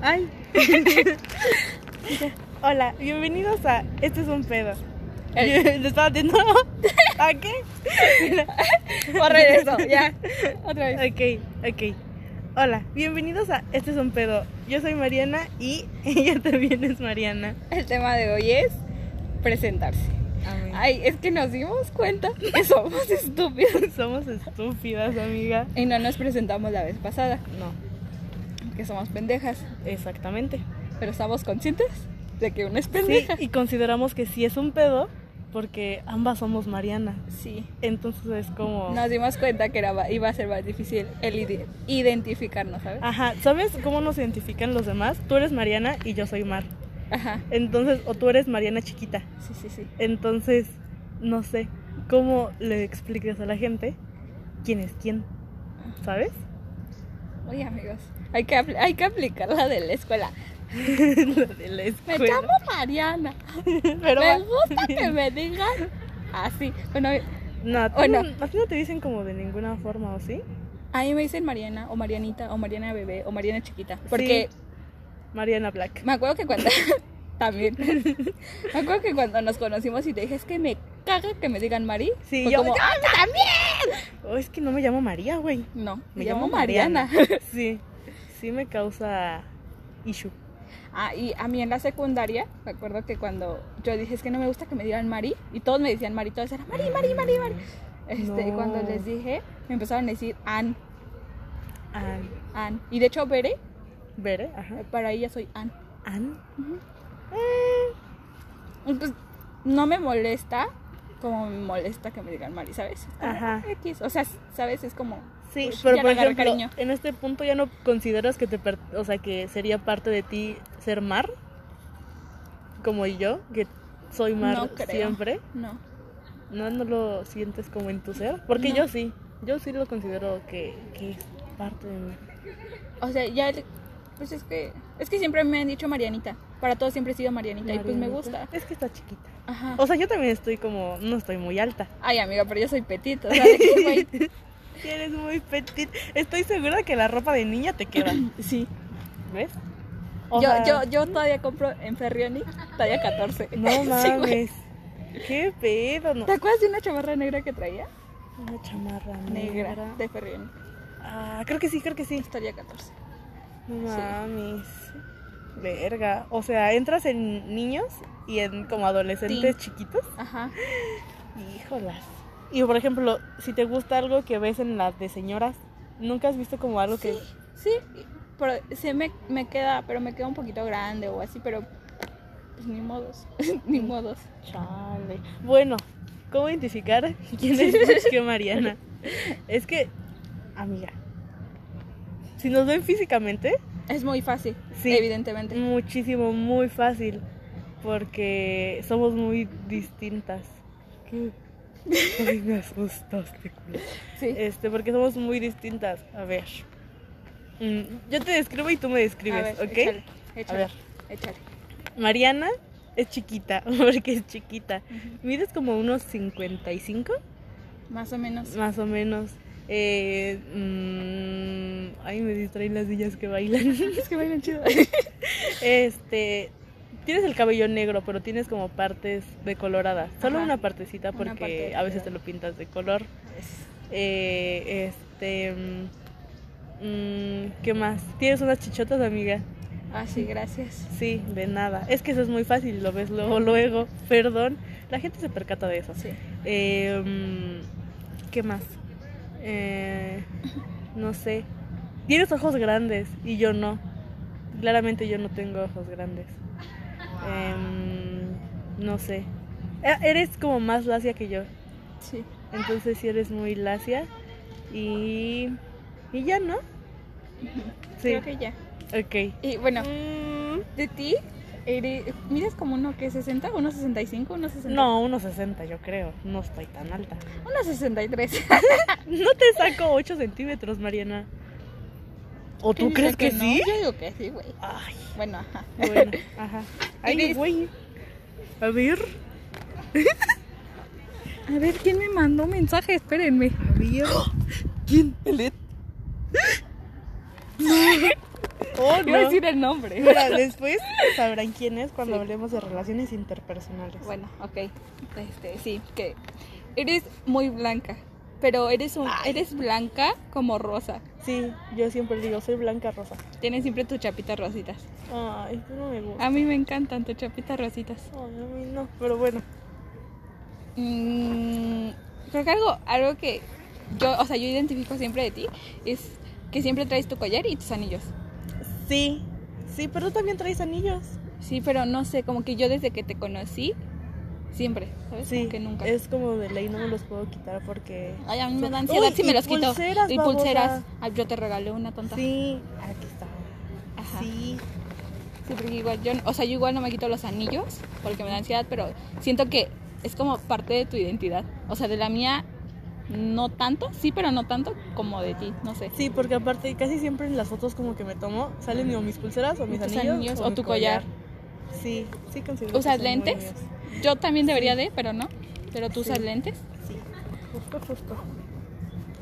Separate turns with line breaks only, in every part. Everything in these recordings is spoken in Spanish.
Ay. Hola, bienvenidos a Este es un pedo. Le estaba haciendo. ¿A qué?
Corre de eso, ya. Otra vez.
Ok, ok. Hola, bienvenidos a Este es un pedo. Yo soy Mariana y ella también es Mariana.
El tema de hoy es presentarse.
Ah,
Ay, es que nos dimos cuenta que somos estúpidos.
Somos estúpidas, amiga.
Y no nos presentamos la vez pasada,
No,
que somos pendejas.
exactamente.
Pero estamos conscientes de que una es
Sí,
pendeja.
y consideramos que sí es un pedo porque ambas somos Mariana.
Sí.
Entonces es como...
Nos dimos cuenta que era, iba a ser más difícil el ide- identificarnos, ¿sabes?
Ajá, ¿sabes cómo nos identifican los demás? Tú eres Mariana y yo soy Mar.
Ajá.
Entonces, o tú eres Mariana chiquita.
Sí, sí, sí.
Entonces, no sé, ¿cómo le explicas a la gente quién es quién? ¿Sabes?
Oye, amigos, hay que, apl- hay que aplicar la de la escuela.
Lo de la
Me
escuela.
llamo Mariana.
Pero
me
va-
gusta que me digan así. Bueno,
No, tú
¿O
no-
no?
a ti no te dicen como de ninguna forma, ¿o sí?
a mí me dicen Mariana o Marianita o Mariana bebé o Mariana chiquita. Porque
Mariana Black.
me acuerdo que cuando... también. me acuerdo que cuando nos conocimos y te dije, es que me caga que me digan Mari.
Sí,
fue
yo-
como,
yo-
"Ah, también!
Oh, es que no me llamo María, güey.
No, me,
Me
llamo,
llamo
Mariana.
Sí, sí me causa issue.
Ah, y a mí en la secundaria, me acuerdo que cuando yo dije, es que no me gusta que me digan Mari, y todos me decían Mari, todos eran Mari, Mari, Mari, Mari. Este,
No.
Cuando les dije, me empezaron a decir An,
An.
An. Y de hecho, Bere,
¿Bere? Ajá.
para ella soy An.
An.
Y pues no me molesta como me molesta que me digan Mari, ¿sabes? Es como, "Ah,
Ajá.
"X", O sea, ¿sabes? Es como...
Sí,
"Ush,
pero
ya
por
le agarré
ejemplo,
cariño".
en este punto ya no consideras que te, per- o sea, que sería parte de ti ser Mar, como yo, que soy Mar
No creo.
siempre.
No.
No, no lo sientes como en tu ser, porque
No.
yo sí, yo sí lo considero que, que es parte de mí.
O sea, ya... el- Pues es que... Es que siempre me han dicho Marianita. Para todos siempre he sido Marianita, y pues me
Marianita. Oh.
gusta. Ah.
Es que está chiquita.
Ajá.
O sea, yo también estoy como, no estoy muy alta.
Ay, amiga, pero yo soy petito. O sea, de que, güey,
Sí, Eres muy petit. Estoy segura que la ropa de niña te queda.
Sí.
¿Ves? O
Yo,
sea,
yo, yo todavía compro en Ferrioni talla 14.
No
Sí, güey.
mames. Qué pedo, no.
¿Te acuerdas de una chamarra negra que traía?
Una chamarra negra.
Negra, de Ferrioni.
Ah, creo que sí, creo que sí.
Talla 14.
No
Sí.
mames. Verga. O sea, entras en niños y en como adolescentes
Teen.
chiquitos.
Ajá.
Híjolas. Y por ejemplo, si te gusta algo que ves en las de señoras, ¿nunca has visto como algo que.
Sí, y- pero se me, me queda, pero me queda un poquito grande o así, pero pues ni modos. ni modos.
Chale. Bueno, ¿cómo identificar quién es más que Mariana? Es que, amiga, si nos ven físicamente,
Es muy fácil,
Sí. Mm.
evidentemente.
muchísimo, muy fácil, porque somos muy distintas. ¿Qué? Ay, me asustaste, culo.
Sí.
Este, porque somos muy distintas. A ver. Mm, Yo te describo y tú me describes,
A ver,
¿ok?
échale, échale,
A ver.
échale.
Mariana es chiquita, porque es chiquita.
Ujú.
Mides como unos 55,
Más o menos.
más o menos. Eh, mm, ay, me distraen las sillas que bailan.
Es que bailan chido.
Este, tienes el cabello negro, pero tienes como partes decoloradas. Solo
Ajá.
una partecita
Una
porque
parte de
a veces
color.
te lo pintas de color. Eh, este, mm, mm, ¿qué más? Tienes unas chichotas, amiga.
Ah, sí, gracias.
Sí, de nada. Es que eso es muy fácil, lo ves luego, luego. Perdón, la gente se percata de eso.
Sí.
Eh, mm, ¿Qué más? Eh, no sé. Tienes ojos grandes y yo no. Claramente yo no tengo ojos grandes. Em, no sé. Eh, Eres como más lacia que yo.
Sí.
Entonces sí eres muy lacia. Y... Y ya, ¿no? Sí.
Creo que ya.
Ok.
Y bueno,
Mm,
de ti, eres, miras como uno que 60, uno 65, uno 60.
No, 1,60 yo creo. No estoy tan alta.
Uno 63.
No te saco 8 centímetros, Mariana. ¿O tú crees que,
no?
sí?
Yo digo que sí, güey.
Ay,
Bueno, ajá.
bueno, ajá. Ay,
Eres-
güey. A ver,
A ver, ¿quién me mandó mensaje? Espérenme.
a ver. ¿Quién? Pelet. Oh,
Iba a
no.
decir el nombre.
Mira, después sabrán quién es cuando
Sí.
hablemos de relaciones interpersonales.
Bueno, ok. Este, sí, que eres muy blanca, pero eres un, eres blanca como rosa.
Sí, yo siempre digo, soy blanca rosa.
Tienes siempre tus chapitas rositas.
Ay, tú no me gusta.
A mí me encantan tus chapitas rositas.
Ay, a mí no, pero bueno.
Mm, creo que algo, algo que yo, o sea, yo identifico siempre de ti es que siempre traes tu collar y tus anillos.
Sí, sí, pero tú también traes anillos.
Sí, pero no sé, como que yo desde que te conocí, siempre, ¿sabes?
Sí,
Como que nunca. Ah,
es como de ley, no me los puedo quitar porque...
Ay, a mí me da ansiedad
Uy,
si me
y
los quito.
pulseras,
y
babosa.
pulseras. Ay, yo te regalé una tonta.
Sí, aquí está.
Ajá.
Sí,
Sí, porque igual yo, o sea, yo igual no me quito los anillos porque me da ansiedad, pero siento que es como parte de tu identidad. O sea, de la mía no tanto, sí, pero no tanto como de ti, no sé.
sí, porque aparte casi siempre en las fotos como que me tomo salen o mis pulseras o mis
Tus
anillos,
anillos o
mi
tu collar.
Sí, sí considero. que
¿Usas
son muy
lentes?
míos.
Yo también debería de, pero no. Pero tú usas
Sí.
lentes.
Sí. Justo, justo.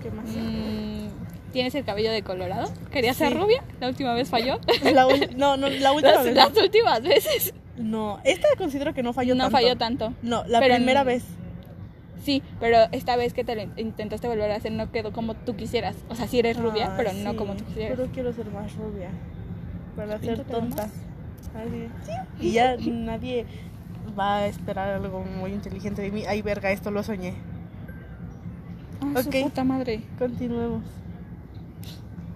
¿Qué más?
Mm, ¿Tienes el cabello de colorado? ¿Querías
Sí.
ser rubia? La última vez falló.
La ul- no, no, la última
las,
vez.
las últimas veces.
No, esta considero que no falló
no
tanto.
falló tanto.
No, la
Pero
primera
en-
vez.
Sí, pero esta vez que te lo in- intentaste volver a hacer no quedó como tú quisieras. O sea, Ah, sí eres rubia,
Ay,
pero no
Ah, sí,
como tú quisieras.
Pero quiero ser más rubia. Para ser
Píntatelo
tonta. Así. Sí. Y ya nadie va a esperar algo muy inteligente de mí. Ay, verga, esto lo soñé.
Ah, su
Ok.
puta madre.
Continuemos.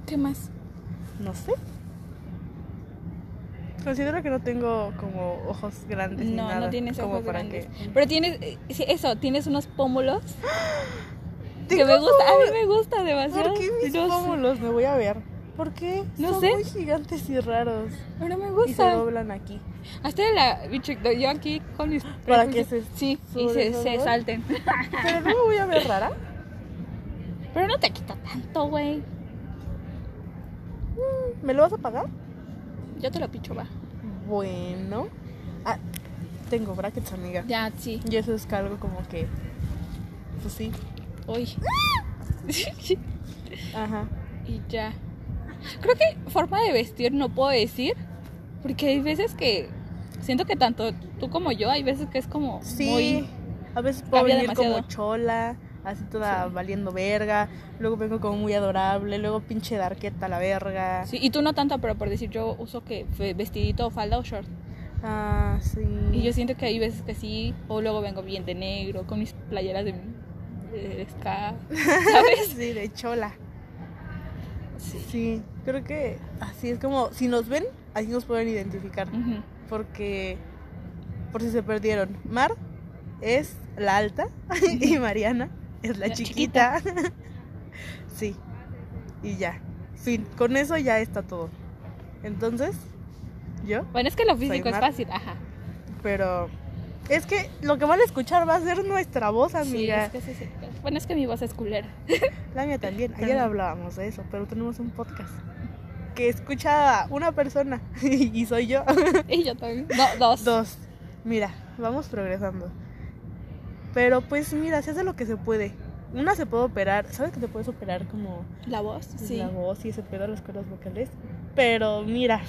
¿Qué más?
No sé. Considero que no tengo como ojos grandes ni
No,
nada.
no tienes
como
ojos
para
grandes.
que-
Pero tienes, eh, sí, eso, tienes unos pómulos que
Tengo
me gusta. A
como-
mí me gusta demasiado.
¿Por qué mis
No sé,
pómulos? Me voy a ver. ¿Por qué?
No
Son
sé.
muy gigantes y raros.
Pero me
Y se
gusta.
doblan aquí.
Hasta la bicho, yo aquí con mis
Para que se-
sí y
sobre
se, se
todo.
salten.
Pero no me voy a ver rara.
Pero no te quita tanto, güey.
¿Me lo vas a pagar?
Yo te lo picho, va.
Bueno. Ah, tengo brackets, amiga.
Ya, sí.
Y eso es algo como que. Pues sí.
Uy.
Ajá.
y ya. Creo que forma de vestir no puedo decir, porque hay veces que siento que tanto tú como yo hay veces que es como
Sí.
muy
A veces puedo
Había
venir como
demasiado.
chola, así toda valiendo verga. Luego vengo como muy adorable. Luego pinche darqueta a la verga.
Sí, y tú no tanto, pero por decir yo uso que fue vestidito o falda o short.
Ah, sí.
Y yo siento que hay veces que sí, o luego vengo bien de negro, con mis playeras de, de ska, ¿sabes?
Sí, de chola.
Sí.
Sí, creo que así es como, si nos ven, así nos pueden identificar.
Ujú.
Porque, por si se perdieron, Mar es la alta y Mariana es la,
La
chiquita. sí, y ya. Fin, con eso ya está todo. Entonces, yo,
Bueno, es que lo
Soy
físico es
Mar.
fácil, ajá.
pero es que lo que van a escuchar va a ser nuestra voz,
Sí,
amiga.
es que sí, sí. Bueno, es que mi voz es culera.
La mía también. Ayer
También.
hablábamos de eso, pero tenemos un podcast que escucha una persona y soy yo.
y yo también. No, dos.
Dos. Mira, vamos progresando. Pero pues mira, se hace lo que se puede. Una se puede operar, ¿sabes que te puedes operar como pues,
La voz, sí.
la voz y ese pedo, las cuerdas vocales? Pero mira,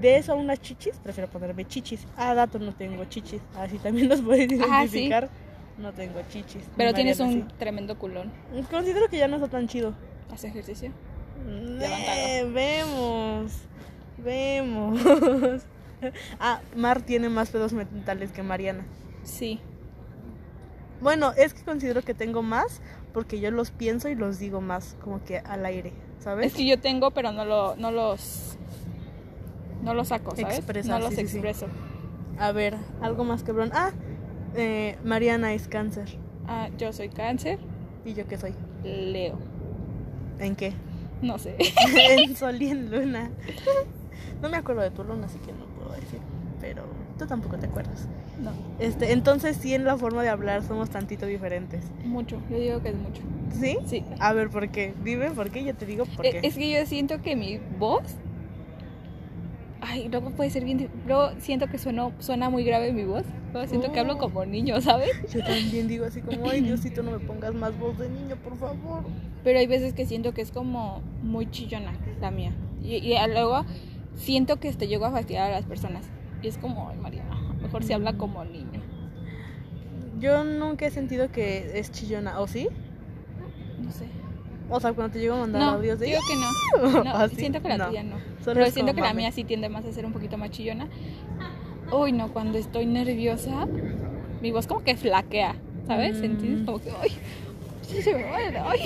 de eso a unas chichis, prefiero ponerme chichis. Ah, dato, no tengo chichis. Así también nos pueden
Ah, sí.
identificar. No tengo chichis.
Pero
Mariana,
tienes un tremendo culón.
sí. Pues, Considero que ya no está tan chido.
¿Haces ejercicio?
Eh, vemos, vemos. ah, Mar tiene más pedos mentales que Mariana.
Sí.
Bueno, es que considero que tengo más porque yo los pienso y los digo más, como que al aire, ¿sabes?
Es que yo tengo, pero no, lo, no los. No los saco, ¿sabes?
Expresas,
no los
sí, sí, sí.
expreso.
A ver, algo más quebrón. Ah, eh, Mariana es cáncer.
Ah, yo soy cáncer,
¿Y yo qué soy?
Leo.
¿En qué?
No sé.
en sol y en luna. no me acuerdo de tu luna, así que no puedo decir. Pero tú tampoco te acuerdas.
No,
Este, entonces sí en la forma de hablar somos tantito diferentes.
mucho. Yo digo que es mucho.
¿Sí?
Sí.
A ver, ¿por qué? Dime por qué, yo te digo por qué.
Eh, Es que yo siento que mi voz. Ay, luego puede ser bien. dif- Luego siento que sueno, suena muy grave mi voz. Luego siento que hablo
Oh.
como niño, ¿sabes?
Yo también digo así como, ay Diosito, no me pongas más voz de niño, por favor.
Pero hay veces que siento que es como muy chillona la mía. Y, y luego siento que este, llego a fastidiar a las personas. Y es como, ay, María, mejor se habla como niño.
Yo nunca he sentido que es chillona, ¿o sí?
No sé.
O sea, cuando te llego a mandar
No,
audios de...
digo que no. No,
¿Ah, sí?
siento que la
No.
tuya no.
Solo
Pero
es
siento
como
que la
mame.
mía sí tiende más a ser un poquito más chillona. Uy, no, cuando estoy nerviosa, mi voz como que flaquea, ¿sabes?
Mm.
¿Sentís? Como que, ay, sí, se me muere, ay.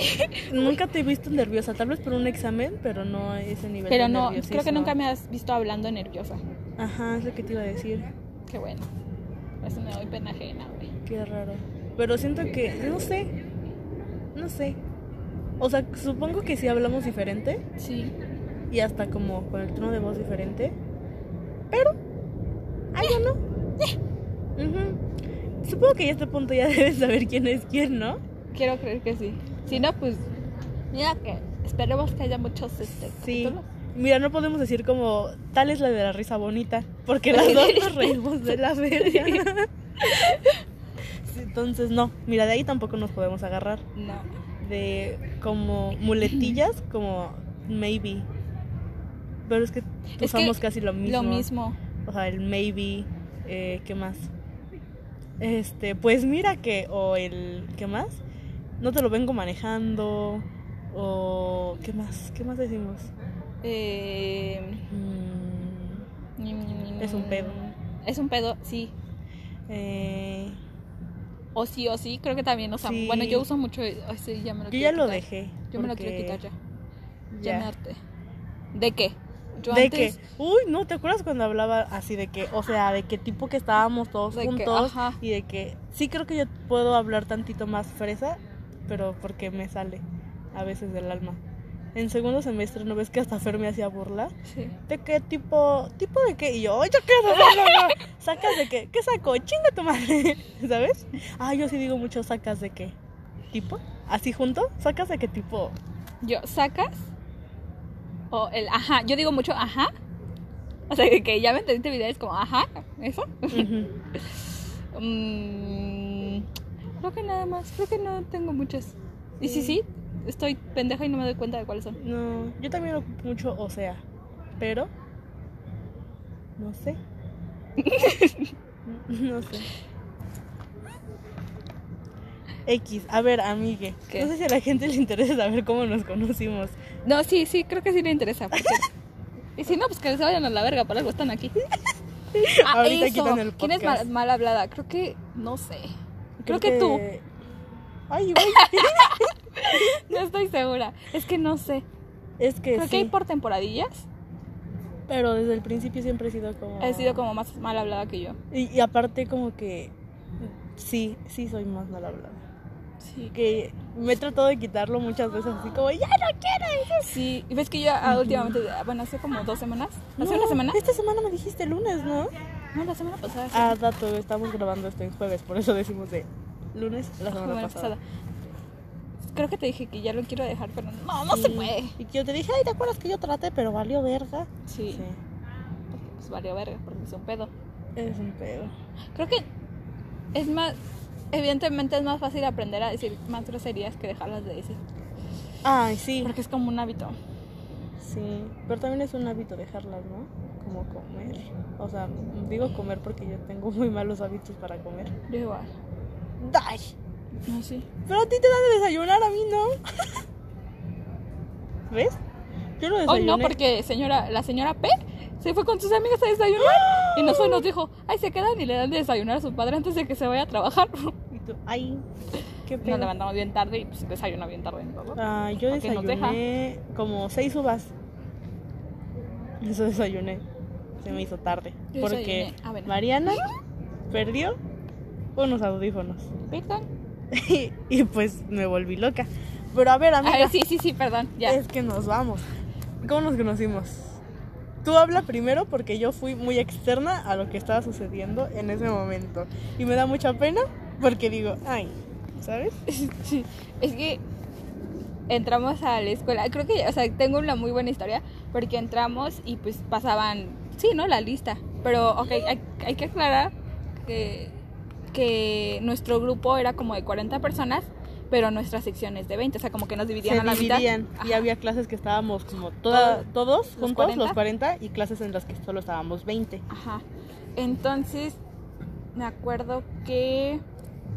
Nunca te he visto nerviosa, tal vez por un examen, pero no a ese nivel
Pero
de
no, creo que
nerviosismo.
nunca me has visto hablando nerviosa.
Ajá, es lo que te iba a decir.
Qué bueno. Eso me doy pena ajena, güey.
Qué raro. Pero siento que, no sé, no sé. O sea, supongo que si hablamos diferente
Sí.
y hasta como con el tono de voz diferente. Pero, algo no. Ujú. Supongo que ya a este punto ya debes saber quién es quién, ¿no?
Quiero creer que sí. Si no, pues, mira que esperemos que haya muchos este,
Sí.
capítulos.
Mira, no podemos decir como tal es la de la risa bonita, porque las dos nos reímos de la verga. Sí, Entonces, no, mira, de ahí tampoco nos podemos agarrar.
No.
de como muletillas, como maybe. Pero es que
que
usamos casi lo mismo.
Lo mismo.
O sea, el maybe, eh, ¿qué más? Este, pues mira que, o el, ¿qué más? No te lo vengo manejando, o ¿qué más? ¿Qué más decimos?
Eh,
Mm, Es
Es
un pedo.
Es un pedo, sí.
eh,
O sí, o sí, creo que también, o sea,
Sí.
bueno, yo uso mucho, eh, ay, sí, ya me lo
yo
quiero
ya lo
quitar.
dejé.
Yo me lo quiero
porque
quitar ya. Ya, me
ya.
harté. ¿De qué? Yo
de
antes-
que, uy, no, ¿te acuerdas cuando hablaba así de que, o sea, de que tipo que estábamos todos
De que, ah.
juntos
ajá.
y de que sí creo que yo puedo hablar tantito más fresa, pero porque me sale a veces del alma. En segundo semestre no ves que hasta Fer me hacía burla.
Sí.
¿De qué tipo? ¿Tipo de qué? Y yo, "Ay, yo qué no, no, no, no". ¿Sacas de qué? ¿Qué saco? Chinga tu madre. ¿Sabes? Ah, yo sí digo mucho sacas de qué. ¿Tipo? ¿Así junto? ¿Sacas de qué tipo?
Yo, ¿sacas? O el ajá, yo digo mucho ajá. O sea, que, que ya me entendiste mi idea, es como ajá, eso.
Ujú.
Mm, creo que nada más, creo que no tengo muchas. Y sí,
Sí.
sí, estoy pendeja y no me doy cuenta de cuáles son.
No, yo también ocupo mucho o sea, pero no sé. no sé. X, a ver, amigue.
¿Qué?
No sé si a la gente le interesa saber cómo nos conocimos.
No, sí, sí, creo que sí le interesa. porque- y si no, pues que se vayan a la verga, por algo están aquí. Ah,
Ahorita
eso.
quitan el
¿Quién es
podcast.
mal, mal hablada? Creo que, no sé. Creo, que, tú.
Ay, güey.
No estoy segura. Es que no sé.
Es que
Creo que hay
sí,
por temporadillas.
pero desde el principio siempre he sido como
He sido como más mal hablada que yo.
y, y aparte como que sí, sí soy más mal hablada.
Sí.
Que me he tratado de quitarlo muchas veces así como ya no
Sí. Y ves que yo ah, últimamente, bueno, hace como dos semanas. ¿Hace
No,
una semana?
Esta semana me dijiste lunes, ¿no?
No, la semana pasada. sí.
Ah, dato, estamos grabando esto en jueves, por eso decimos de lunes la semana
Semana
pasada.
pasada. Creo que te dije que ya lo quiero dejar, pero no, no se
Sí.
puede.
Y que yo te dije, ay, ¿te acuerdas que yo traté, pero valió verga?
Sí. Pues valió verga, porque es un pedo.
Es un pedo.
Creo que es más. Evidentemente es más fácil aprender a decir más groserías que dejarlas de decir.
Ay, sí.
Porque es como un hábito.
Sí. Pero también es un hábito dejarlas, ¿no? Como comer. O sea, digo comer porque yo tengo muy malos hábitos para comer.
Yo igual.
¡Ay!
No, sí.
Pero a ti te dan de desayunar, a mí no. ¿Ves? Yo lo
Hoy
Pues desayuné.
Oh, no, porque señora, la señora P se fue con sus amigas a desayunar y nosotros nos dijo, ay, se quedan y le dan de desayunar a su padre antes de que se vaya a trabajar.
Y tú, ay, qué pedo.
Nos levantamos bien tarde y pues desayuna bien tarde. ¿no?
Ah, yo
Porque nos deja.
desayuné como seis uvas. Eso desayuné. Se me hizo tarde.
Yo
porque
desayuné ah, avena.
Mariana perdió unos audífonos.
Perdón.
Y, y pues me volví loca. Pero a ver,
A
amiga,
ver, Ah, sí, sí, sí, perdón. Ya.
es que nos vamos. ¿Cómo nos conocimos? Tú habla primero porque yo fui muy externa a lo que estaba sucediendo en ese momento. Y me da mucha pena porque digo, ay, ¿sabes?
Sí, es que entramos a la escuela. Creo que, o sea, tengo una muy buena historia porque entramos y pues pasaban, sí, ¿no? La lista. Pero, ok, hay, hay que aclarar que, que nuestro grupo era como de 40 personas, pero nuestra sección es de 20, o sea, como que nos dividían
se
a la
dividían
mitad.
y
Ajá.
había clases que estábamos como toda- todos
los
juntos,
40.
los 40, y clases en las que solo estábamos 20.
Ajá. Entonces, me acuerdo que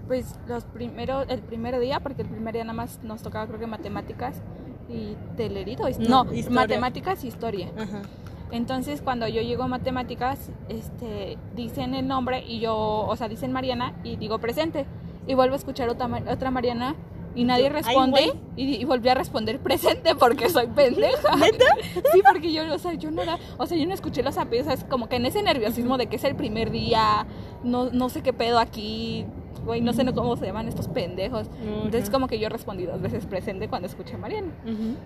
pues los primeros el primer día, porque el primer día nada más nos tocaba creo que matemáticas y telerito,
No,
no, no
historia.
matemáticas y historia.
Ajá.
Entonces, cuando yo llego a matemáticas, este, dicen el nombre y yo, o sea, dicen Mariana y digo presente. Y vuelvo a escuchar otra, ma- otra Mariana y nadie
Yo, ay,
responde
güey.
y, y volví a responder presente porque soy pendeja. Sí, porque yo, o sea, yo no era, o sea, yo no escuché los apellidos, es como que en ese nerviosismo de que es el primer día, no, no sé qué pedo aquí, güey, no sé no- cómo se llaman estos pendejos. Entonces,
Ujú.
como que yo respondí dos veces presente cuando escuché a Mariana.
Ujú.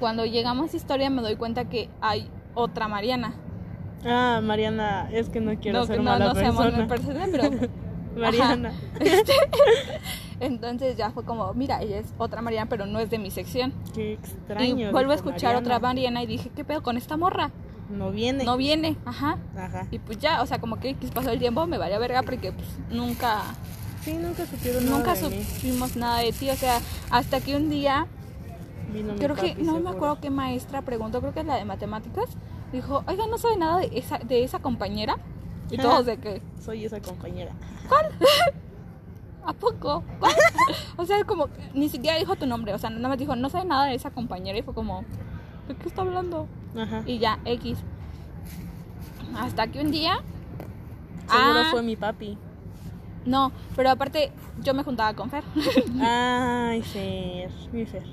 Cuando llegamos a historia me doy cuenta que hay otra Mariana.
Ah, Mariana, es que no quiero
no,
ser
que no,
mala
no seamos
persona.
una persona, pero este,
Mariana.
entonces ya fue como, mira, ella es otra Mariana, pero no es de mi sección.
Qué extraño.
y vuelvo a
dijo
escuchar otra
Mariana.
Mariana y dije, ¿qué pedo con esta morra?
No viene.
No viene, ajá.
Ajá.
Y pues ya, o sea, como que X pasó el tiempo, me valía verga porque pues, nunca,
Sí, nunca supieron nada
nunca
de mí.
supimos nada de ti. O sea, hasta que un día
Vino mi
creo que,
papi,
no me
seguro.
acuerdo qué maestra preguntó, creo que es la de matemáticas, dijo, oiga, no sabe nada de esa, de esa compañera. Y todos de que,
Soy esa compañera.
¿a poco? ¿Cuál?" o sea, como, que ni siquiera dijo tu nombre, o sea, nada más dijo, no sabe nada de esa compañera. Y fue como, ¿de qué está hablando?
Ajá.
Y ya, X. Hasta que un día...
Seguro
Ah,
fue mi papi.
No, pero aparte yo me juntaba con Fer.
Ay, Fer. Mi Fer.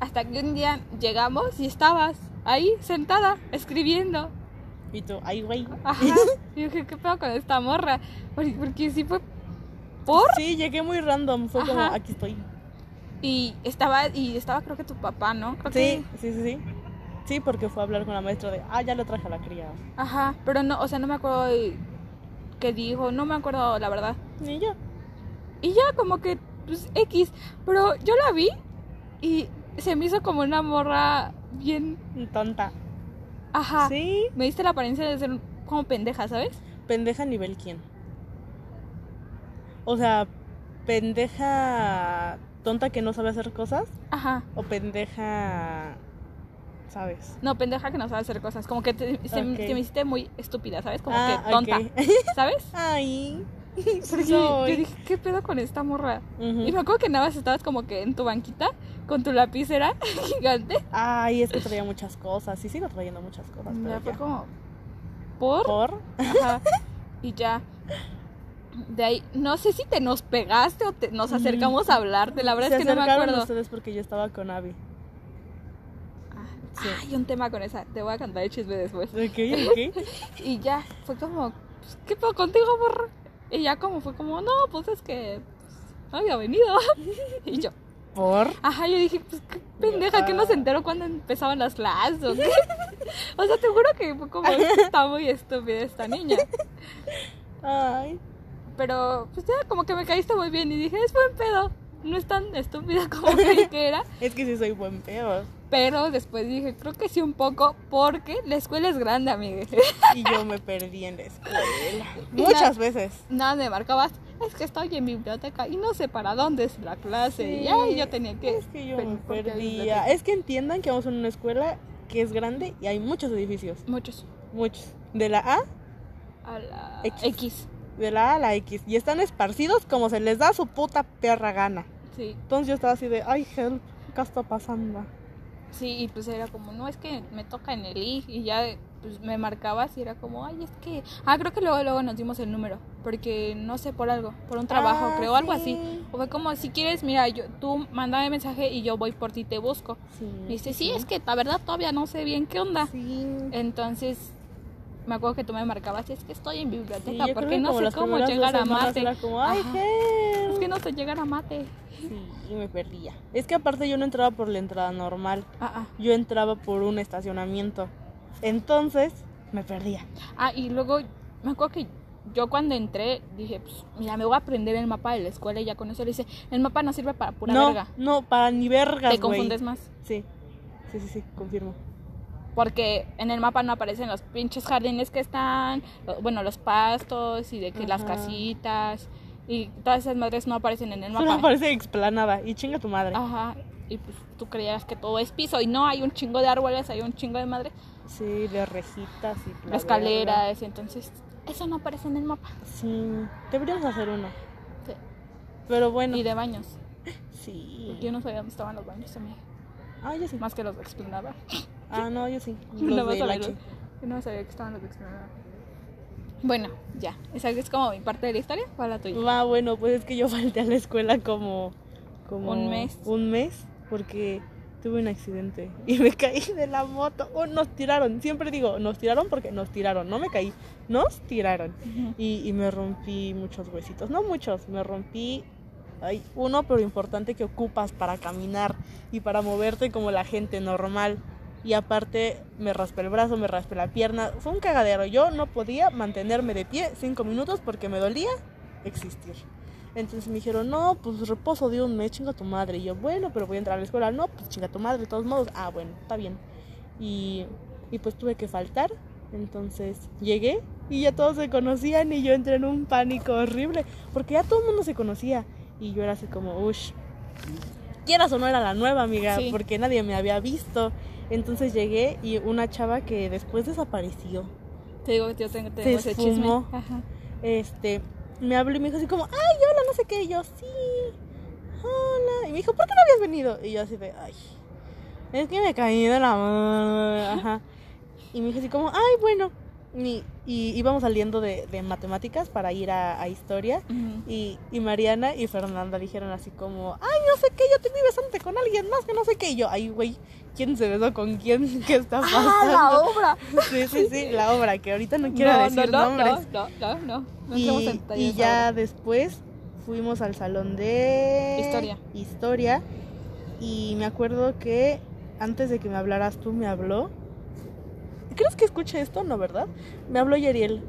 Hasta que un día llegamos y estabas ahí sentada escribiendo.
Y tú, ay, güey.
Ajá. Y dije, ¿qué pedo con esta morra? Porque, porque sí fue por.
Sí, llegué muy random. Fue como,
Ajá.
aquí estoy.
Y estaba, y estaba creo que tu papá, ¿no? Creo
Sí,
que-
sí, sí, sí. Sí, porque fue a hablar con la maestra de, ah, ya lo traje a la cría.
Ajá. Pero no, o sea, no me acuerdo de- qué dijo, no me acuerdo la verdad.
Y yo,
Y ya como que, pues, X. Pero yo la vi y se me hizo como una morra bien.
tonta.
Ajá.
Sí.
Me diste la apariencia de ser como pendeja, ¿sabes?
Pendeja nivel quién. O sea, pendeja tonta que no sabe hacer cosas
Ajá.
o pendeja, ¿sabes?
No, pendeja que no sabe hacer cosas. Como que te, se-
Ok.
te me hiciste muy estúpida, ¿sabes? Como
Ah,
que tonta,
ok.
¿sabes?
Ay.
Porque
soy.
yo dije, ¿qué pedo con esta morra?
Ujú.
Y me acuerdo que nada más estabas como que en tu banquita con tu lapicera gigante.
Ay, es que traía muchas cosas. Sí, sigo trayendo muchas cosas. Pero
Ya fue
ya.
como, ¿por?
Por.
Ajá. Y ya. De ahí, no sé si te nos pegaste o te- nos acercamos a hablarte. La verdad
Mm. Se
es que no me
acercaron
acuerdo.
ustedes porque yo estaba con Abby. Sí.
Ah, Hay un tema con esa. Te voy a cantar el chisme después.
Ok, ok.
Y ya, fue como, pues, ¿qué pedo contigo, morra? Y ya como fue como, no, pues es que pues, no había venido. Y yo,
Por.
ajá, yo dije, pues qué pendeja, que no se enteró cuando empezaban las clases o qué? O sea, te juro que fue como, está muy estúpida esta niña.
Ay.
Pero pues ya como que me caíste muy bien y dije, es buen pedo. No es tan estúpida como creí que era.
Es que sí soy buen peor.
Pero después dije, creo que sí un poco, porque la escuela es grande, amigue.
Y yo me perdí en la escuela. Muchas veces.
nada me marcabas, es que estoy en biblioteca y no sé para dónde es la clase. Y ay, yo tenía que...
Es que yo
pen-
me
porque había
perdía.
biblioteca.
Es que entiendan que vamos en una escuela que es grande y hay muchos edificios.
Muchos.
Muchos. De la A,
A la
X.
X.
de la A a la X. Y están esparcidos como se les da su puta perra gana.
Sí,
Entonces yo estaba así de, ay, help, ¿qué está pasando?
sí, y pues era como, no, es que me toca en el I y ya pues me marcabas y era como, ay, es que... Ah, creo que luego, luego nos dimos el número, porque no sé, por algo, por un trabajo,
Ah,
creo, algo así.
sí.
O fue como, si quieres, mira, yo, tú mándame mensaje y yo voy por ti y te busco.
Sí.
Me dice, sí, es que la verdad todavía no sé bien qué onda.
Sí.
Entonces, me acuerdo que tú me marcabas, es que estoy en
Sí,
biblioteca,
yo creo
porque
que
no
como
sé
las
cómo
primeras
llegar
dos
a
semanas
mate.
era como, ay,
Ajá.
help.
Es que no sé llegar a mate.
Sí, y me perdía. Es que aparte yo no entraba por la entrada normal.
Ah,
yo entraba por un estacionamiento. Entonces me perdía.
ah. Ah, y luego me acuerdo que yo cuando entré dije, pues, mira, me voy a aprender el mapa de la escuela y ya con eso le dice, el mapa no sirve para pura
no,
verga.
no, para ni vergas, güey.
Te confundes más.
Sí. Sí, sí, sí, confirmo.
Porque en el mapa no aparecen los pinches jardines que están, lo- bueno, los pastos y de que las
Ajá.
casitas Y todas esas madres no aparecen en el
Solo
mapa.
aparece explanada y chinga tu madre.
Ajá. Y pues tú creías que todo es piso y no, hay un chingo de árboles, hay un chingo de madre.
Sí, de rejitas y bla, bla,
las escaleras, entonces eso no aparece en el mapa.
bla. Sí, deberíamos hacer uno.
Sí.
Pero bueno.
Y de baños.
Sí.
Porque Yo no sabía dónde estaban los baños también.
Ah, yo sí.
Más que los de explanada.
Ah, no, yo sí.
No
Los de la chi-
Yo no sabía que estaban los de explanada. Bueno, ya. Esa es como mi parte de la historia para la tuya.
Ah, bueno, pues es que yo falté a la escuela como, como
Un mes.
Un mes porque tuve un accidente y me caí de la moto. Oh, nos tiraron, siempre digo, nos tiraron porque nos tiraron, no me caí, nos tiraron. Y, y me rompí muchos huesitos, no muchos, me rompí ay, uno, pero importante que ocupas para caminar y para moverte como la gente normal. Y aparte me raspé el brazo, me raspé la pierna. Fue un cagadero. Yo no podía mantenerme de pie cinco minutos porque me dolía existir. Entonces me dijeron, no, pues reposo de un mes, chinga tu madre. Y yo, bueno, pero voy a entrar a la escuela. No, pues chinga tu madre, de todos modos. Ah, bueno, está bien. Y, y pues tuve que faltar. Entonces llegué y ya todos se conocían y yo entré en un pánico horrible porque ya todo el mundo se conocía. Y yo era así como, ush, quieras o no era la nueva amiga,
Sí.
porque nadie me había visto. Entonces llegué y una chava que después desapareció.
Te digo que yo tengo, tengo
Se
ese chisme.
esfumó.
Ajá.
este, me habló y me dijo así como, ay, hola, no sé qué, y yo, sí, hola, y me dijo, ¿por qué no habías venido? Y yo así de, ay, es que me caí de la mano, ajá, y me dijo así como, ay, bueno, y, y íbamos saliendo de, de matemáticas para ir a, a historia,
Ujú.
y, y Mariana y Fernanda dijeron así como, ay, no sé qué, yo te vi besante con alguien más que no sé qué, y yo, ay, güey, ¿quién se besó con quién? ¿Qué está pasando?
¡Ah, la obra!
Sí, sí, sí, la obra, que ahorita no quiero decir
no,
nombres.
No, no, no, no. No entremos en
Y, y
detalles
ya
ahora.
después fuimos al salón de
Historia.
historia y me acuerdo que antes de que me hablaras tú me habló. ¿Crees que escuche esto? No, ¿verdad? Me habló Yeriel.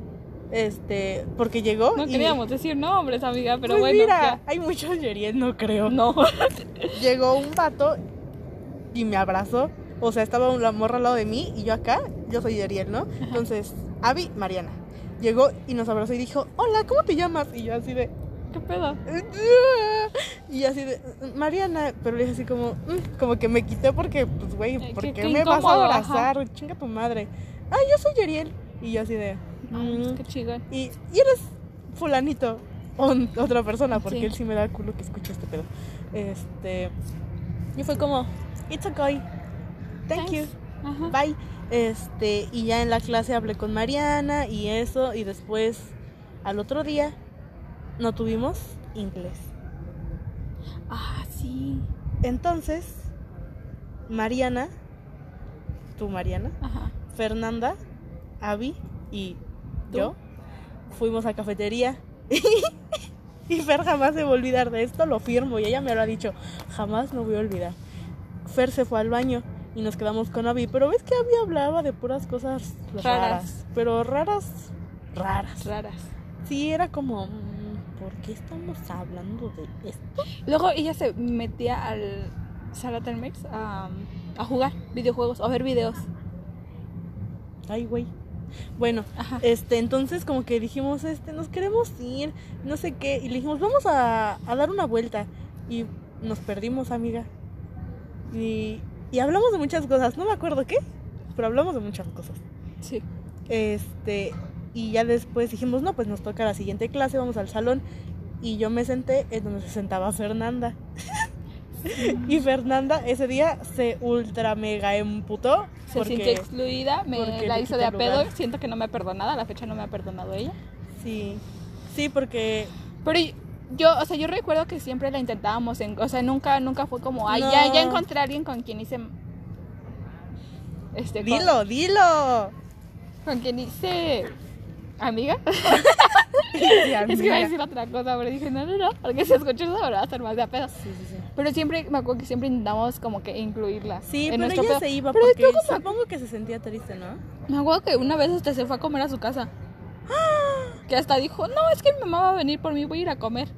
Este, porque llegó
No
y-
queríamos decir nombres, amiga, pero
Pues
bueno.
mira, hay muchos Yeriel, no creo.
ya. No.
Llegó un vato y me abrazó. O sea, estaba la morra al lado de mí y yo acá, yo soy Yeriel, ¿no? Entonces, Abby, Mariana. Llegó y nos abrazó y dijo, hola, ¿cómo te llamas? Y yo así de,
¿Qué pedo?
y así de, Mariana, pero le dije así como, mm, como que me quité porque, pues, güey,
Eh,
¿por
qué-
qué
qué
me vas a
incómodo,
abrazar? Chinga tu madre. Ah, yo soy Yeriel. Y yo así de,
Ay,
mm,
Ah, Qué chingón.
y, y eres fulanito, o n- otra persona, porque
Sí.
él sí me da culo que escucha este pedo. Este, y fue como, it's okay, thank you.
Thanks. Ajá.
Bye. Este, y ya en la clase hablé con Mariana y eso, y después al otro día no tuvimos inglés.
Ah, sí.
Entonces, Mariana, tú Mariana,
Ajá.
Fernanda, Abby y
¿Tú?
yo fuimos a cafetería. y Fer jamás se va a olvidar de esto, lo firmo y ella me lo ha dicho, jamás no voy a olvidar. Fer se fue al baño y nos quedamos con Abby, pero ves que Abby hablaba de puras cosas raras,
Raras.
pero raras, raras.
Raras.
Sí, era como, mm, ¿por qué estamos hablando de esto?
Luego ella se metía al Sala Telmex a, a jugar videojuegos, a ver videos.
Ay, güey. Bueno,
Ajá.
Este, entonces como que dijimos, este, nos queremos ir, no sé qué, y le dijimos, vamos a, a dar una vuelta. Y nos perdimos, amiga. Y, y hablamos de muchas cosas, no me acuerdo qué, pero hablamos de muchas cosas.
Sí.
Este, y ya después dijimos, no, pues nos toca la siguiente clase, vamos al salón. Y yo me senté en donde se sentaba Fernanda. y Fernanda ese día se ultra mega emputó.
Se
porque-
sintió excluida, me
porque
la
le
hizo de a
quita lugar.
pedo. Siento que no me ha perdonado, a la fecha no me ha perdonado ella.
Sí, sí, porque
Pero y- yo, o sea, yo recuerdo que siempre la intentábamos, en, o sea, nunca, nunca fue como, ay,
No.
ya, ya encontré a alguien con quien hice, este, con-
Dilo, dilo.
con quien hice, amiga. Es que iba a
amiga.
decir otra cosa, pero dije, no, no, no, porque si escucho eso, ahora va a estar más de a pedo.
Sí, sí, sí.
Pero siempre, me acuerdo que siempre intentamos como que incluirla.
Sí,
en
pero
nuestro
ella
pedo.
se iba
Pero
porque
luego me-
supongo que se sentía triste, ¿no?
me acuerdo que una vez hasta se fue a
¡Ah!
comer a su casa. Que hasta dijo, no, es que mi mamá va a venir por mí, voy a ir a comer.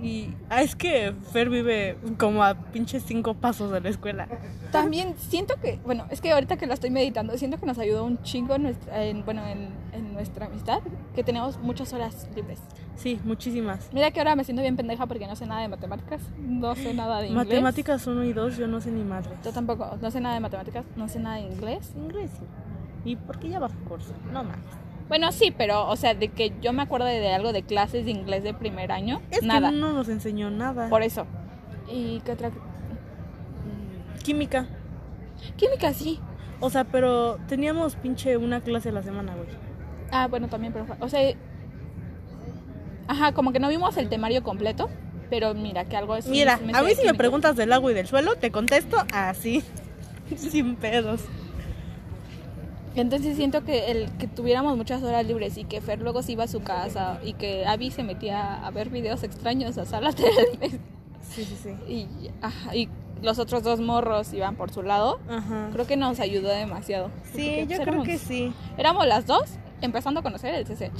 Y ah, es que Fer vive como a pinches cinco pasos de la escuela.
También siento que, bueno, es que ahorita que la estoy meditando, siento que nos ayudó un chingo en nuestra, en- bueno, en, en nuestra amistad, que tenemos muchas horas libres.
Sí, muchísimas.
Mira que ahora me siento bien pendeja porque no sé nada de matemáticas, no sé nada de inglés.
Matemáticas 1 y 2, yo no sé ni madre.
Yo tampoco, no sé nada de matemáticas, no sé nada de inglés.
Inglés. sí. ¿Y por qué ya bajo curso? No mames.
Bueno, sí, pero, o sea, de que yo me acuerdo de, de algo de clases de inglés de primer año,
Es
nada.
que no nos enseñó nada.
Por eso. ¿Y qué otra?
Mm, Química.
Química sí.
O sea, pero teníamos pinche una clase a la semana, güey.
Ah, bueno, también, pero. O sea. Ajá, como que no vimos el temario completo, pero mira, que algo es.
Mira, a mí si me preguntas del agua y del suelo, te contesto así. Sin pedos.
Entonces siento que el que tuviéramos muchas horas libres y que Fer luego se iba a su casa y que Abby se metía a ver videos extraños a salas de
Sí, sí, sí.
y, ajá, y los otros dos morros iban por su lado,
Ajá.
creo que nos ayudó demasiado. Porque,
Sí,
pues,
yo creo
éramos-
que sí.
Éramos las dos empezando a conocer el CCH.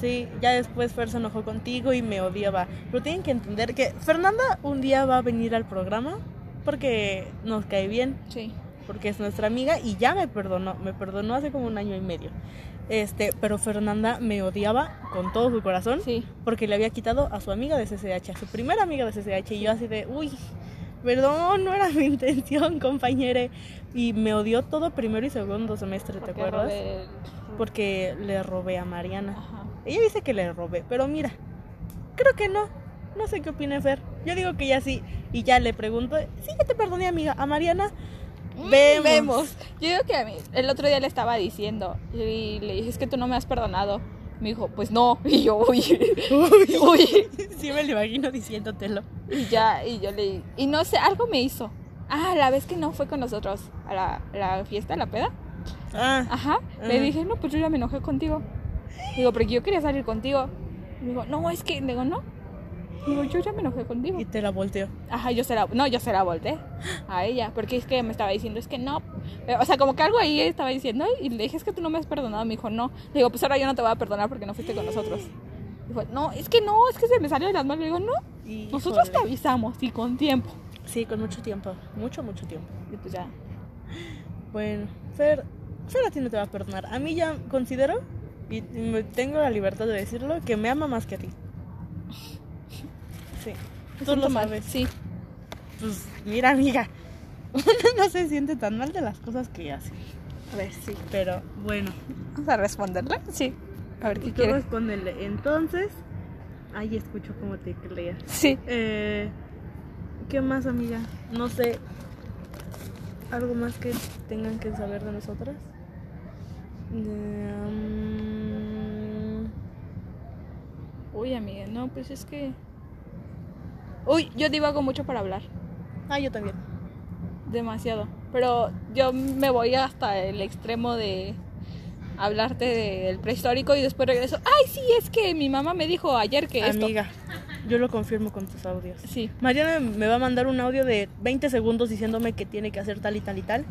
Sí, ya después Fer se enojó contigo y me odiaba. Pero tienen que entender que Fernanda un día va a venir al programa porque nos cae bien,
Sí.
porque es nuestra amiga y ya me perdonó, me perdonó hace como un año y medio. Este, pero Fernanda me odiaba con todo su corazón
Sí.
porque le había quitado a su amiga de CCH, a su primera amiga de CCH y yo así de, uy, perdón, no era mi intención, compañere. Y me odió todo primero y segundo semestre, ¿te
porque
acuerdas?
Robert-
Porque le robé a Mariana.
Ajá.
Ella dice que le robé, pero mira, creo que no. No sé qué opina Fer. Yo digo que ya sí. Y ya le pregunto, sí, ya te perdoné, amiga. A Mariana,
Mm,
Vemos.
Yo digo que a mí, el otro día le estaba diciendo y le dije, es que tú no me has perdonado. Me dijo, pues no. Y yo, uy,
uy,
uy.
sí me lo imagino diciéndotelo.
Y ya, y yo le Y no sé, algo me hizo. Ah, la vez que no fue con nosotros a la, la fiesta, a la peda.
Ah,
Ajá. Le
Ajá.
dije, no, pues yo ya me enojé contigo. Digo, porque yo quería salir contigo. Me dijo, no, es que, digo, no. Digo, yo ya me enojé contigo.
y te la volteó.
Ajá, yo se la, no, yo se la volteé a ella, porque es que me estaba diciendo, es que no, eh, o sea, como que algo ahí estaba diciendo, y le dije, es que tú no me has perdonado, me dijo, no, le digo, pues ahora yo no te voy a perdonar porque no fuiste con nosotros. Dijo, no, es que no, es que se me salió de las manos, le digo, no,
Y,
nosotros te
híjole,
avisamos, y con tiempo.
Sí, con mucho tiempo. Mucho, mucho tiempo.
Y pues ya,
Bueno, Fer, Fer a ti no te va a perdonar. A mí ya considero, y me- tengo la libertad de decirlo, que me ama más que a ti. Sí. Tú lo
siento mal.
sabes.
Sí,
Pues mira, amiga, uno no se siente tan mal de las cosas que hace.
a ver, sí.
Pero bueno,
¿Vamos a responderle? Sí. A ver, ¿qué
tú
quieres?
respóndele. Entonces, ahí escucho cómo te creas.
Sí.
Eh, ¿Qué más, amiga? No sé. ¿Algo más que tengan que saber de nosotras? Mm,
Uy, amiga, no, pues es que... Uy, yo divago mucho para hablar.
Ah, yo también.
demasiado. Pero yo me voy hasta el extremo de hablarte de- del prehistórico y después regreso. Ay, sí, es que mi mamá me dijo ayer que esto.
Amiga, yo lo confirmo con tus audios.
Sí,
Mariana me va a mandar un audio de 20 segundos diciéndome que tiene que hacer tal y tal y tal.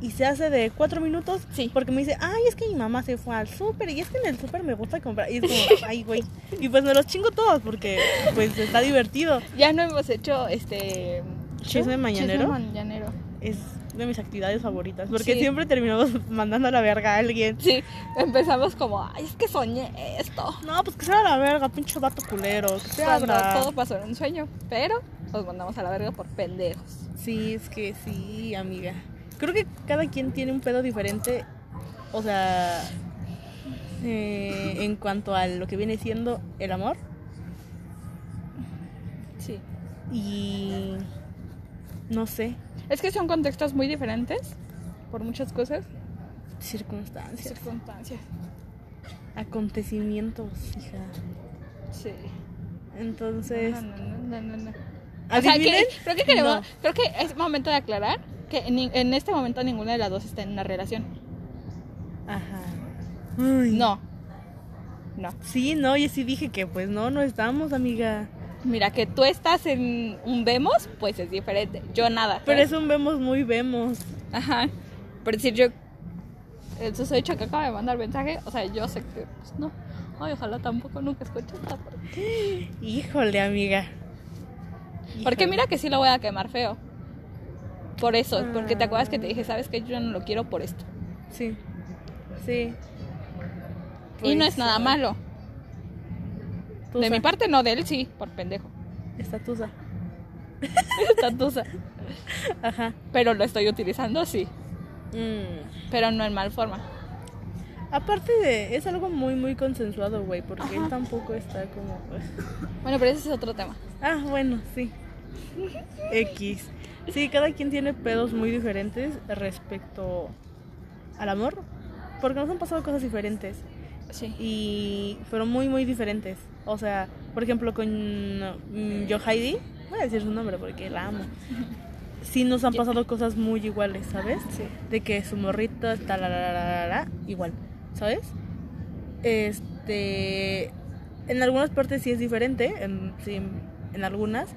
Y se hace de 4 minutos.
Sí.
Porque me dice, ay, es que mi mamá se fue al súper. Y es que en el súper me gusta comprar. Y es como, ay, güey. Y pues me los chingo todos porque, pues, está divertido.
ya no hemos hecho este
¿Chisme mañanero?
Chisme mañanero.
Es de mis actividades favoritas. Porque
Sí.
siempre terminamos mandando a la verga a alguien.
Sí, empezamos como, ay, es que soñé esto.
No, pues que sea la verga, pinche vato culero. Que se
Cuando
abra.
todo pasó en un sueño, pero nos mandamos a la verga por pendejos.
Sí, es que sí, amiga. Creo que cada quien tiene un pedo diferente, o sea, eh, en cuanto a lo que viene siendo el amor
Sí.
y no sé,
Es que son contextos muy diferentes por muchas cosas,
circunstancias,
circunstancias.
acontecimientos, hija.
Sí.
Entonces,
No, no, no, no, no, no. O sea,
¿adivinen?
que- creo que queremos-
No.
creo que es momento de aclarar que en, en este momento ninguna de las dos está en una relación.
Ajá. Ay.
No. No.
Sí, no, yo sí dije que pues no, no estamos, amiga.
Mira, que tú estás en un vemos, pues es diferente. Yo nada.
Pero
¿sabes?
es un vemos muy vemos.
Ajá. Por decir, yo el susodicho que acaba de mandar mensaje, o sea, yo sé que pues, no. Ay, ojalá tampoco nunca escuche esta parte.
Híjole, amiga.
Porque
Híjole.
mira que sí lo voy a quemar feo. Por eso, porque te acuerdas que te
Ah.
dije, sabes que yo no lo quiero por esto.
Sí. Sí.
y no
Pues,
es nada malo.
tusa.
De mi parte no, de él sí, por pendejo.
Esta tusa.
Tatusa.
Ajá.
Pero lo estoy utilizando, sí.
Mm.
Pero no en mal forma.
Aparte de, es algo muy, muy consensuado, güey, porque
Ajá.
él tampoco está como... pues,
Bueno, pero ese es otro tema.
Ah, bueno, sí. X. Sí, cada quien tiene pedos muy diferentes respecto al amor, porque nos han pasado cosas diferentes
Sí.
y fueron muy, muy diferentes. O sea, por ejemplo, con mm, yo Heidi, voy a decir su nombre porque la amo. Sí nos han pasado cosas muy iguales, ¿sabes?
Sí.
de que su morrito está la, la, la, la, la, igual, ¿sabes? Este, en algunas partes sí es diferente, en, sí, en algunas,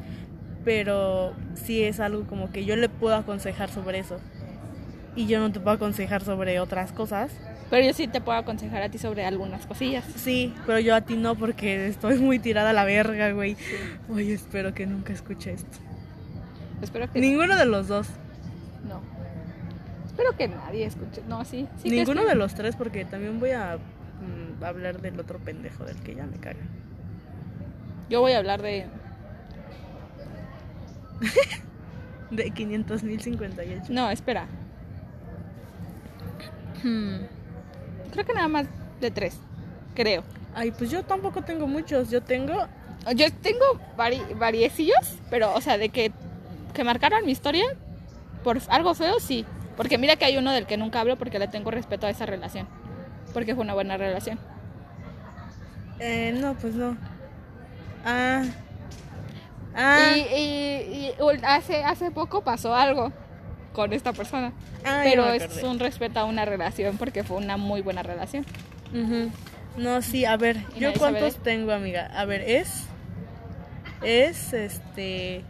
pero sí es algo como que yo le puedo aconsejar sobre eso. Y yo no te puedo aconsejar sobre otras cosas.
Pero yo sí te puedo aconsejar a ti sobre algunas cosillas.
Sí, pero yo a ti no porque estoy muy tirada a la verga, güey. Oye, espero que nunca escuche esto.
Espero que
Ninguno de los dos.
no. Espero que nadie escuche. No, sí. sí que
Ninguno
escu-
de los tres porque también voy a mm, hablar del otro pendejo del que ya me caga.
Yo voy a hablar de
De 500.058.
No, espera. Hmm. Creo que nada más de tres. Creo.
Ay, pues yo tampoco tengo muchos. Yo tengo.
Yo tengo vari variecillos, pero, o sea, de que, que marcaron mi historia por algo feo, sí. Porque mira que hay uno del que nunca hablo porque le tengo respeto a esa relación. Porque fue una buena relación.
Eh, no, pues no. Ah. Ah.
Y, y- y ul- hace, hace poco pasó algo con esta persona.
ah, ya
pero
me
es
acordé.
un respeto a una relación porque fue una muy buena relación.
Ujú. No, sí, a ver.
Y
¿Yo
nadie sabe
cuántos
de-
tengo, amiga? A ver, es. Es este.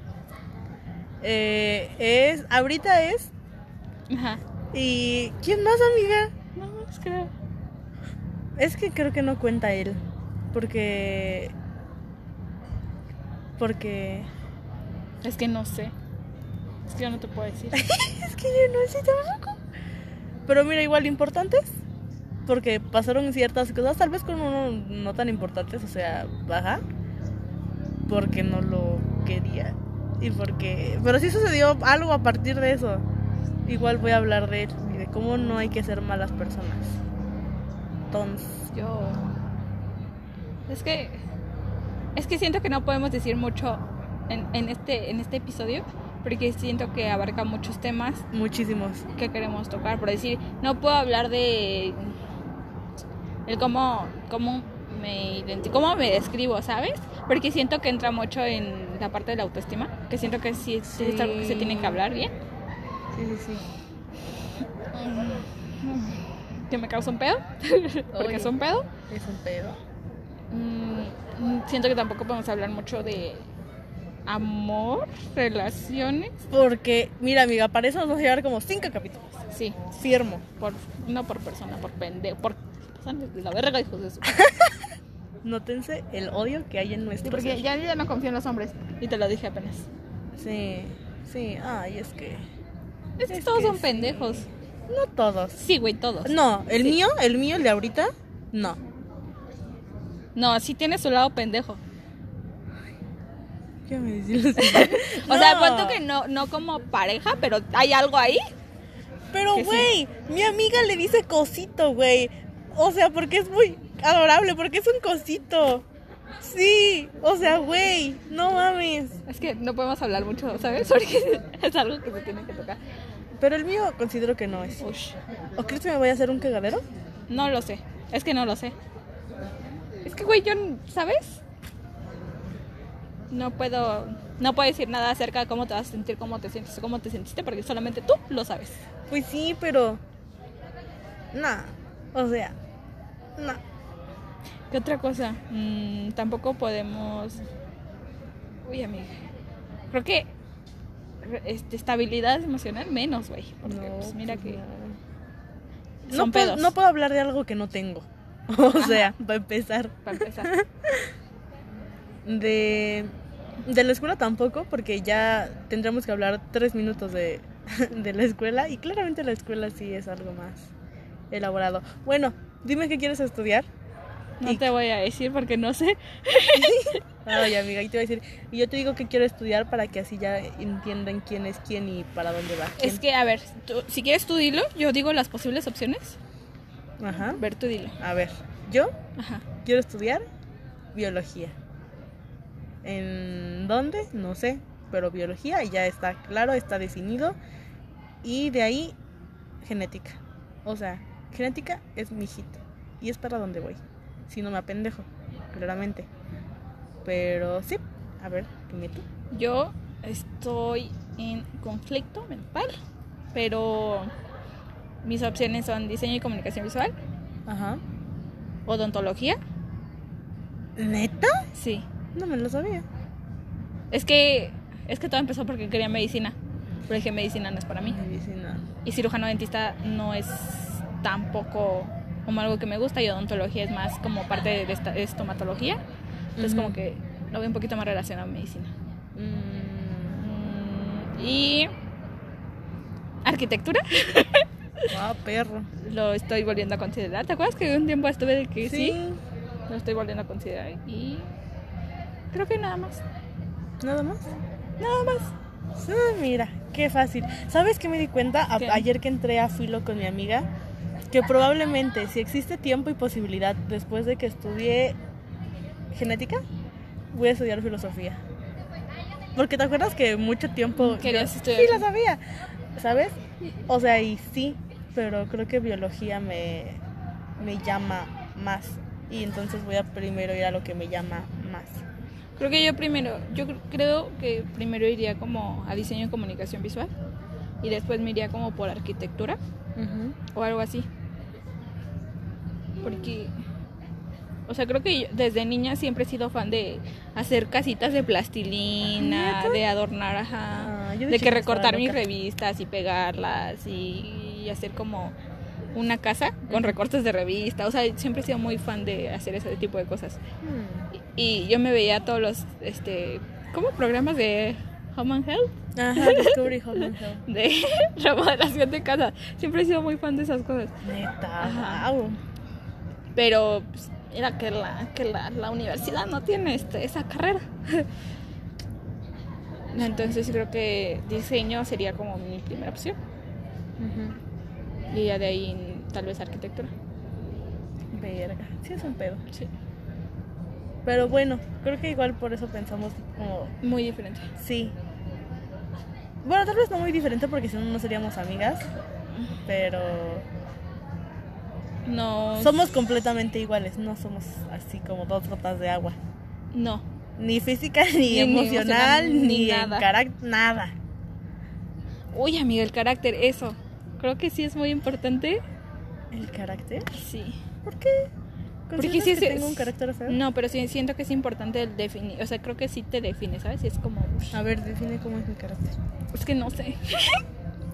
Eh, es. Ahorita es.
Ajá.
¿Y quién más, amiga?
No, es que...
Es que creo que no cuenta él. Porque. Porque.
Es que no sé. Es que yo no te puedo decir.
Es que yo no sé tampoco. Pero mira, igual importantes. Porque pasaron ciertas cosas, tal vez con uno no tan importantes, o sea, baja. Porque no lo quería. Y porque. Pero sí sucedió algo a partir de eso. Igual voy a hablar de él y de cómo no hay que ser malas personas. Entonces.
Yo. Es que. Es que siento que no podemos decir mucho en, en este, en este episodio. Porque siento que abarca muchos temas
Muchísimos.
que queremos tocar. Por decir, no puedo hablar de. El cómo. cómo me identi- cómo me describo, ¿sabes? Porque siento que entra mucho en la parte de la autoestima. Que siento que sí, sí es algo que se
Sí.
tiene que hablar bien.
Sí, sí, sí.
Que me causa un pedo. porque
Oye.
es un pedo.
Es un pedo.
Mm, siento que tampoco podemos hablar mucho de amor, relaciones.
Porque, mira, amiga, para eso nos vamos a llevar como cinco capítulos.
Sí,
Firmo.
por, no por persona, por pendejo. Por, la verga, hijos de su.
Nótense el odio que hay en
Sí,
nuestro.
porque
ser.
ya, ya no confío en los hombres. Y te lo dije apenas.
Sí, sí, ay, es que.
Es que
Es
todos
que
son
sí.
pendejos.
No todos.
Sí, güey, todos.
No, el
Sí.
mío, el mío, el de ahorita, no.
No, sí tiene su lado pendejo.
¿Qué me decís?
O sea, cuento que no, no como pareja, pero hay algo ahí.
Pero,
que sí.
güey, mi amiga le dice cosito, güey. O sea, porque es muy adorable, porque es un cosito. Sí, o sea, güey, no mames.
Es que no podemos hablar mucho, ¿sabes? Porque es algo que se tiene que tocar.
Pero el mío considero que no es.
Ush.
¿O crees que me voy a hacer un cagadero?
No lo sé. Es que no lo sé. Es que, güey, yo, n- ¿sabes? No puedo, no puedo decir nada acerca de cómo te vas a sentir, cómo te sientes, cómo te sentiste, porque solamente tú lo sabes.
Pues sí, pero. Nah, o sea, nah.
¿Qué otra cosa? Mm, tampoco podemos... Uy, amiga. Creo que re- este, estabilidad emocional menos, güey. Porque,
No,
pues, mira
pues
que...
no.
Son
no, puedo,
pedos.
no puedo hablar de algo que no tengo. O sea, para empezar.
Para empezar.
De, de la escuela tampoco, porque ya tendremos que hablar tres minutos de, de la escuela. Y claramente la escuela sí es algo más elaborado. Bueno, dime qué quieres estudiar.
No
Y-
te voy a decir porque no sé.
Ay, amiga, y te voy a decir. Y yo te digo que quiero estudiar para que así ya entiendan quién es quién y para dónde va.
Es que, a ver, tú- si quieres tú dilo, yo digo las posibles opciones.
que. Ajá.
A ver, tú dilo.
A ver, yo
Ajá.
quiero estudiar biología. ¿En dónde? No sé, pero biología y ya está claro, está definido. Y de ahí, genética. O sea, genética es mi hit y es para donde voy. Si no me apendejo, claramente. Pero sí, a ver, dime tú.
Yo estoy en conflicto mental, pero mis opciones son diseño y comunicación visual,
Ajá.
odontología.
¿Neta?
Sí.
No me lo sabía.
Es que es que todo empezó porque quería medicina. Pero dije, medicina no es para mí.
Medicina.
Y cirujano dentista no es tampoco como algo que me gusta y odontología es más como parte de esta- estomatología. Entonces
Ujú.
como que lo veo un poquito más relacionado a medicina.
Mm,
Mm, Y arquitectura
ah, perro.
lo estoy volviendo a considerar. ¿Te acuerdas que un tiempo estuve de que sí?
sí.
Lo estoy volviendo a considerar y creo que nada más.
¿Nada más? Nada más. mira, qué fácil. ¿Sabes qué me di cuenta A-
¿Qué?
ayer que entré a Filo con mi amiga? Que probablemente, si existe tiempo y posibilidad, después de que estudié genética, voy a estudiar filosofía. Porque te acuerdas que mucho tiempo...
Querías
yo-
estudiar
Sí, lo sabía. ¿Sabes? O sea, y sí, pero creo que biología me, me llama más. Y entonces voy a primero ir a lo que me llama más.
Creo que yo primero, yo cr- creo que primero iría como a diseño y comunicación visual y después me iría como por arquitectura o algo así. Porque, o sea, creo que yo desde niña siempre he sido fan de hacer casitas de plastilina,
¿Neta?
de adornar, ajá,
Ah, yo de
de, que
chiquita estaba
recortar mis
loca.
revistas y pegarlas y, y hacer como una casa con recortes de revista. O sea, siempre he sido muy fan de hacer ese tipo de cosas.
Hmm.
Y yo me veía todos los, este, como programas de Home and Health,
Ajá, Discovery Home and Health.
de remodelación de casa. Siempre he sido muy fan de esas cosas.
Neta,
Ajá.
wow.
Pero pues, era que la, que la, la universidad no tiene este, esa carrera. Entonces creo que diseño sería como mi primera opción. Y ya de ahí tal vez arquitectura.
Verga, sí es un pedo.
Sí,
Pero bueno, creo que igual por eso pensamos como,
muy diferente.
sí. Bueno, tal vez no muy diferente porque si no, no seríamos amigas. Pero
No,
somos completamente iguales, no somos así como dos gotas de agua.
no,
Ni física, ni,
ni
emocional,
emocional,
ni,
ni
en
nada.
carácter, nada.
Uy, amigo, el carácter, eso. Creo que sí es muy importante.
¿El carácter?
Sí.
¿Por qué?
Porque
¿Consideras
sí
que
es-
tengo un carácter feo?
No, pero sí siento que es importante el definir. O sea, creo que sí te define, ¿sabes? Y es como.
A ver, define cómo es mi carácter.
Es que no sé.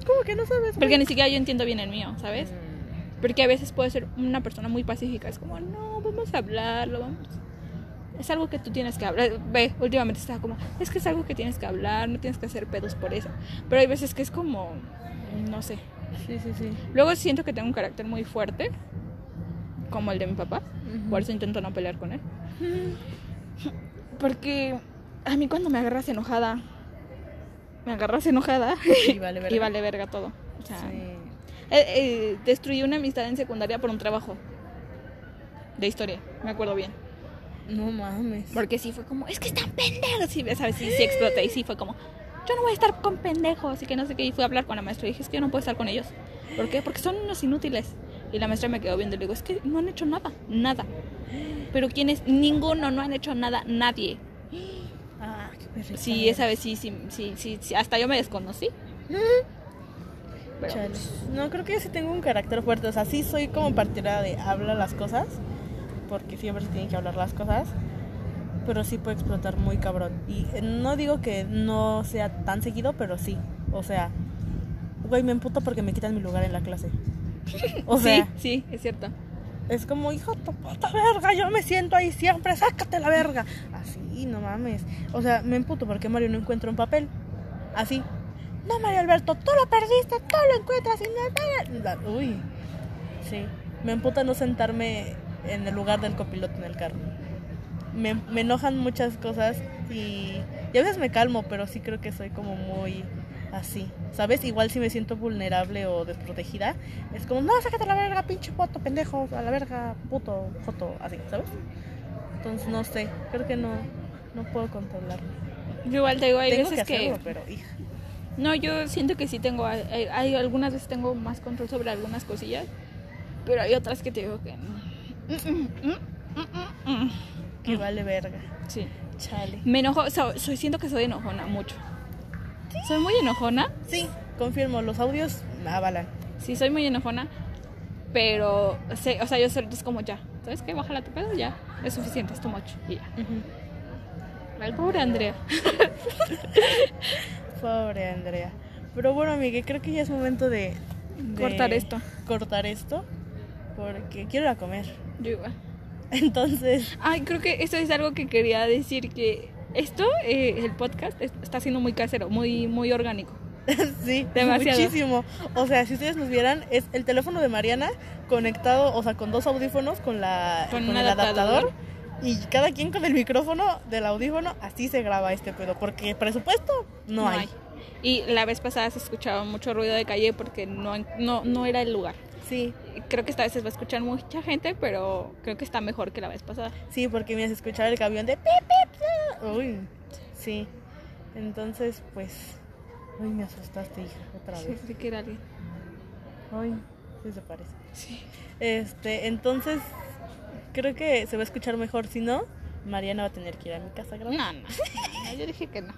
¿Cómo que no sabes?
Porque ni siquiera yo entiendo bien el mío, ¿sabes?
Mm.
Porque a veces puedo ser una persona muy pacífica. Es como, no, vamos a hablarlo, vamos. Es algo que tú tienes que hablar. Ve, últimamente estaba como, es que es algo que tienes que hablar, no tienes que hacer pedos por eso. Pero hay veces que es como. No sé.
Sí, sí, sí.
Luego siento que tengo un carácter muy fuerte, como el de mi papá. Por eso intento no pelear con él. Porque a mí cuando me agarras enojada, me agarras enojada
Y vale, verga.
y vale verga todo. O sea,
Sí.
eh, eh, destruí una amistad en secundaria por un trabajo de historia, me acuerdo bien.
No mames.
Porque sí fue como, es que están pendejos. Y ya sabes, sí, sí exploté. Y sí fue como, yo no voy a estar con pendejos. Y que no sé qué. Y fui a hablar con la maestra. Y dije, es que yo no puedo estar con ellos. ¿Por qué? Porque son unos inútiles. Y la maestra me quedó viendo y le digo, es que no han hecho nada. Nada. Pero ¿quiénes? Ninguno, no han hecho nada. Nadie.
Ah, qué perrita
Sí,
eres.
esa vez sí, sí, sí, sí, sí, Hasta yo me desconocí. Pero,
Chale. pues, No, creo que yo sí tengo un carácter fuerte. O sea, sí soy como partidaria de habla las cosas. Porque siempre se tienen que hablar las cosas. Pero sí puedo explotar muy cabrón. Y eh, no digo que no sea tan seguido, pero sí. O sea, güey, me emputo porque me quitan mi lugar en la clase. O sea,
sí, sí, es cierto.
es como, hijo de tu puta verga, yo me siento ahí siempre, sácate la verga. Así, no mames. O sea, me emputo porque Mario no encuentra un papel. Así. No, Mario Alberto, tú lo perdiste, tú lo encuentras y no- no- no". Uy. Sí. Me emputa no sentarme en el lugar del copiloto en el carro. Me, me enojan muchas cosas y, y a veces me calmo, pero sí creo que soy como muy así. ¿Sabes? Igual si me siento vulnerable o desprotegida, es como, no, sácate a la verga, pinche puto, pendejo, a la verga, puto, joto, así, ¿sabes? Entonces, no sé, creo que no, no puedo controlarme.
Yo igual te digo, hay
Tengo que
veces que...
hacerlo, pero, hija.
No, yo siento que sí tengo... Hay, hay algunas veces tengo más control sobre algunas cosillas, pero hay otras que te digo que no.
Que vale verga.
Sí.
Chale.
Me enojo, so- soy, siento que soy enojona mucho. Soy muy enojona,
Sí, confirmo, los audios avalan.
sí, soy muy enojona, pero, sé- o sea, yo soy- es como ya, ¿sabes qué? Bájala tu pedo, ya, es suficiente, es too much, y ya. Al pobre Andrea.
Pobre Andrea. Pero bueno, amiga, creo que ya es momento de, de
Cortar esto.
Cortar esto. Porque quiero ir a comer.
Yo igual.
Entonces,
Ay, creo que esto es algo que quería decir, que esto, eh, el podcast, es- está siendo muy casero, muy, muy orgánico.
sí,
Demasiado.
muchísimo. O sea, si ustedes nos vieran, es el teléfono de Mariana conectado, o sea, con dos audífonos, con, la,
Con un
el
adaptador.
adaptador. Y cada quien con el micrófono del audífono, así se graba este pedo. Porque presupuesto no, hay.
Y la vez pasada se escuchaba mucho ruido de calle porque no, no, no era el lugar.
Sí,
Creo que esta vez se va a escuchar mucha gente, pero creo que está mejor que la vez pasada.
Sí, porque mientras escuchaba el camión de pip, pip, ah, Uy, sí. Entonces, pues. Uy, me asustaste, hija, otra
Sí,
vez.
sí que era alguien.
Ay, sí se parece.
Sí.
Este, entonces, creo que se va a escuchar mejor. Si no, Mariana va a tener que ir a mi casa
No,
grande.
no, no, no, yo dije que no.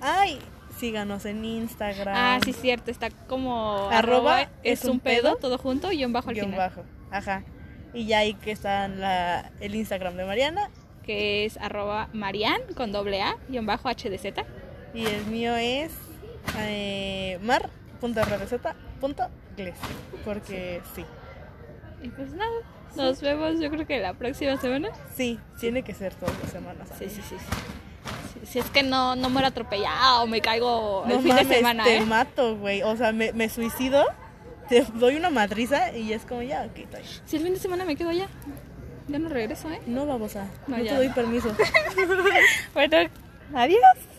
¡Ay! Síganos en Instagram.
Ah, sí, cierto, está como
Arroba
es un pedo, todo junto, guión bajo al
Guión
final.
bajo. Ajá. Y ya ahí que está la, el Instagram de Mariana.
Que es arroba marian con doble A, guión bajo HDZ.
Y el mío es eh, mar.rbz.gles. Porque sí.
Y pues nada, nos vemos yo creo que la próxima semana.
Sí, tiene que ser todas las semanas.
Sí,
amiga.
sí, sí. sí. Si- Si es que no, no muero atropellado o me caigo
No
el fin
mames,
de semana,
te
¿eh?
mato, güey. O sea, me, me suicido, te doy una madriza y es como ya, ok, estoy.
Si el fin de semana me quedo allá, ya no regreso, ¿eh?
No, babosa,
No,
no, te
ya
doy
no.
permiso.
Bueno, adiós.